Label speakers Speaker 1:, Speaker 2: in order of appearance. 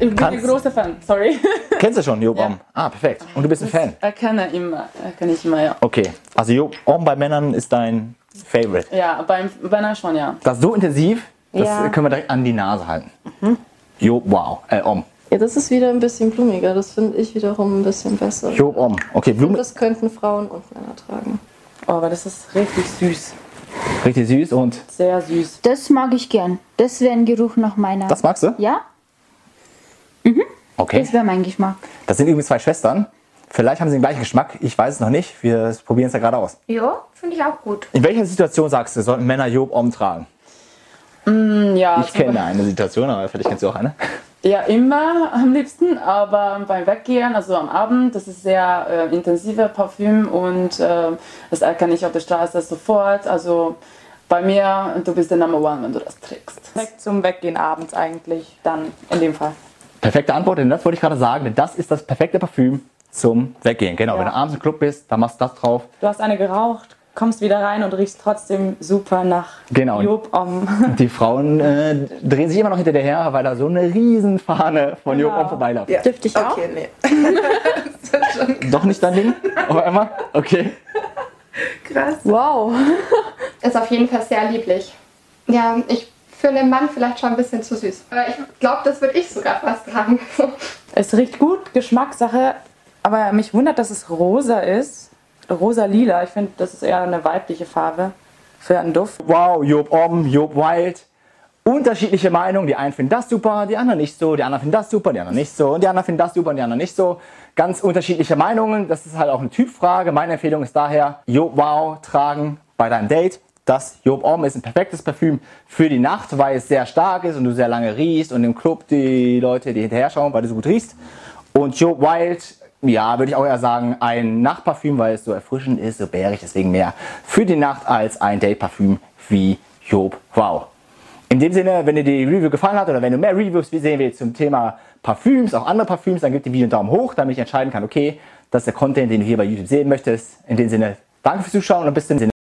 Speaker 1: Ich bin
Speaker 2: Kannst-
Speaker 1: ein großer Fan, sorry.
Speaker 2: Kennst du schon Job Om? Ah, perfekt. Und du bist ein Fan.
Speaker 1: Erkenne immer, erkenne ich immer, ja.
Speaker 2: Okay. Also Job Om bei Männern ist dein Favorite.
Speaker 1: Ja, beim Banner schon, ja.
Speaker 2: Das ist so intensiv, das
Speaker 3: Ja.
Speaker 2: können wir direkt an die Nase halten. Job Wow. Äh, Om.
Speaker 3: Ja, das ist wieder ein bisschen blumiger. Das finde ich wiederum ein bisschen besser.
Speaker 2: Job Om. Okay, Blume.
Speaker 3: Das könnten Frauen und Männer tragen.
Speaker 1: Oh, aber das ist richtig süß.
Speaker 2: Richtig süß und
Speaker 1: Sehr süß.
Speaker 4: Das mag ich gern. Das wäre ein Geruch nach meiner.
Speaker 2: das magst du?
Speaker 4: Ja?
Speaker 2: Okay.
Speaker 4: Das wäre mein Geschmack.
Speaker 2: Das sind übrigens zwei Schwestern. Vielleicht haben sie den gleichen Geschmack. Ich weiß es noch nicht. Wir probieren es ja gerade aus.
Speaker 5: Ja, finde ich auch gut.
Speaker 2: In welcher Situation sagst du, sollten Männer Job Om tragen?
Speaker 1: Hm, Ja,
Speaker 2: Ich
Speaker 1: zum
Speaker 2: kenne eine Situation, aber vielleicht kennst du auch eine.
Speaker 1: Ja, immer am liebsten, aber beim Weggehen, also am Abend, das ist sehr äh, intensiver Parfüm und äh, das erkenne ich auf der Straße sofort. Also bei mir, du bist der Number One, wenn du das trägst.
Speaker 6: Perfekt zum Weggehen abends eigentlich, dann in dem Fall.
Speaker 2: Perfekte Antwort, denn das wollte ich gerade sagen, denn das ist das perfekte Parfüm zum Weggehen. Genau, wenn du abends im Club bist, dann machst du das drauf.
Speaker 6: Du hast eine geraucht, kommst wieder rein und riechst trotzdem super nach
Speaker 2: Genau.
Speaker 6: Job Om.
Speaker 2: Die Frauen äh, drehen sich immer noch hinter dir her, weil da so eine Riesenfahne von genau. Job Om vorbeiläuft.
Speaker 3: Dürfte ich auch?
Speaker 7: Okay, nee.
Speaker 2: Doch nicht dein Ding? Auf einmal? Okay.
Speaker 7: Krass.
Speaker 3: Wow.
Speaker 5: Ist auf jeden Fall sehr lieblich. Ja, ich für einen Mann vielleicht schon ein bisschen zu süß. Aber ich glaube, das würde ich sogar fast sagen.
Speaker 6: Es riecht gut, Geschmackssache, aber mich wundert, dass es rosa ist. Rosa-lila, ich finde, das ist eher eine weibliche Farbe für einen Duft.
Speaker 2: Wow, Job Om, Job Wild. Unterschiedliche Meinungen. Die einen finden das super, die anderen nicht so. Die anderen finden das super, die anderen nicht so. Und die anderen finden das super und die anderen nicht so. Ganz unterschiedliche Meinungen. Das ist halt auch eine Typfrage. Meine Empfehlung ist daher, Job Wow tragen bei deinem Date. Das Job Om ist ein perfektes Parfüm für die Nacht, weil es sehr stark ist und du sehr lange riechst und im Club die Leute dir hinterher schauen, weil du so gut riechst. Und Joe Wild, ja, würde ich auch eher sagen, ein Nachtparfüm, weil es so erfrischend ist, so bärig, deswegen mehr für die Nacht als ein Date-Parfüm wie Job Wow. In dem Sinne, wenn dir die Review gefallen hat oder wenn du mehr Reviews sehen willst zum Thema Parfüms, auch andere Parfüms, dann gib dem Video einen Daumen hoch, damit ich entscheiden kann, okay, das ist der Content, den du hier bei YouTube sehen möchtest. In dem Sinne, danke fürs Zuschauen und bis zum Sinne.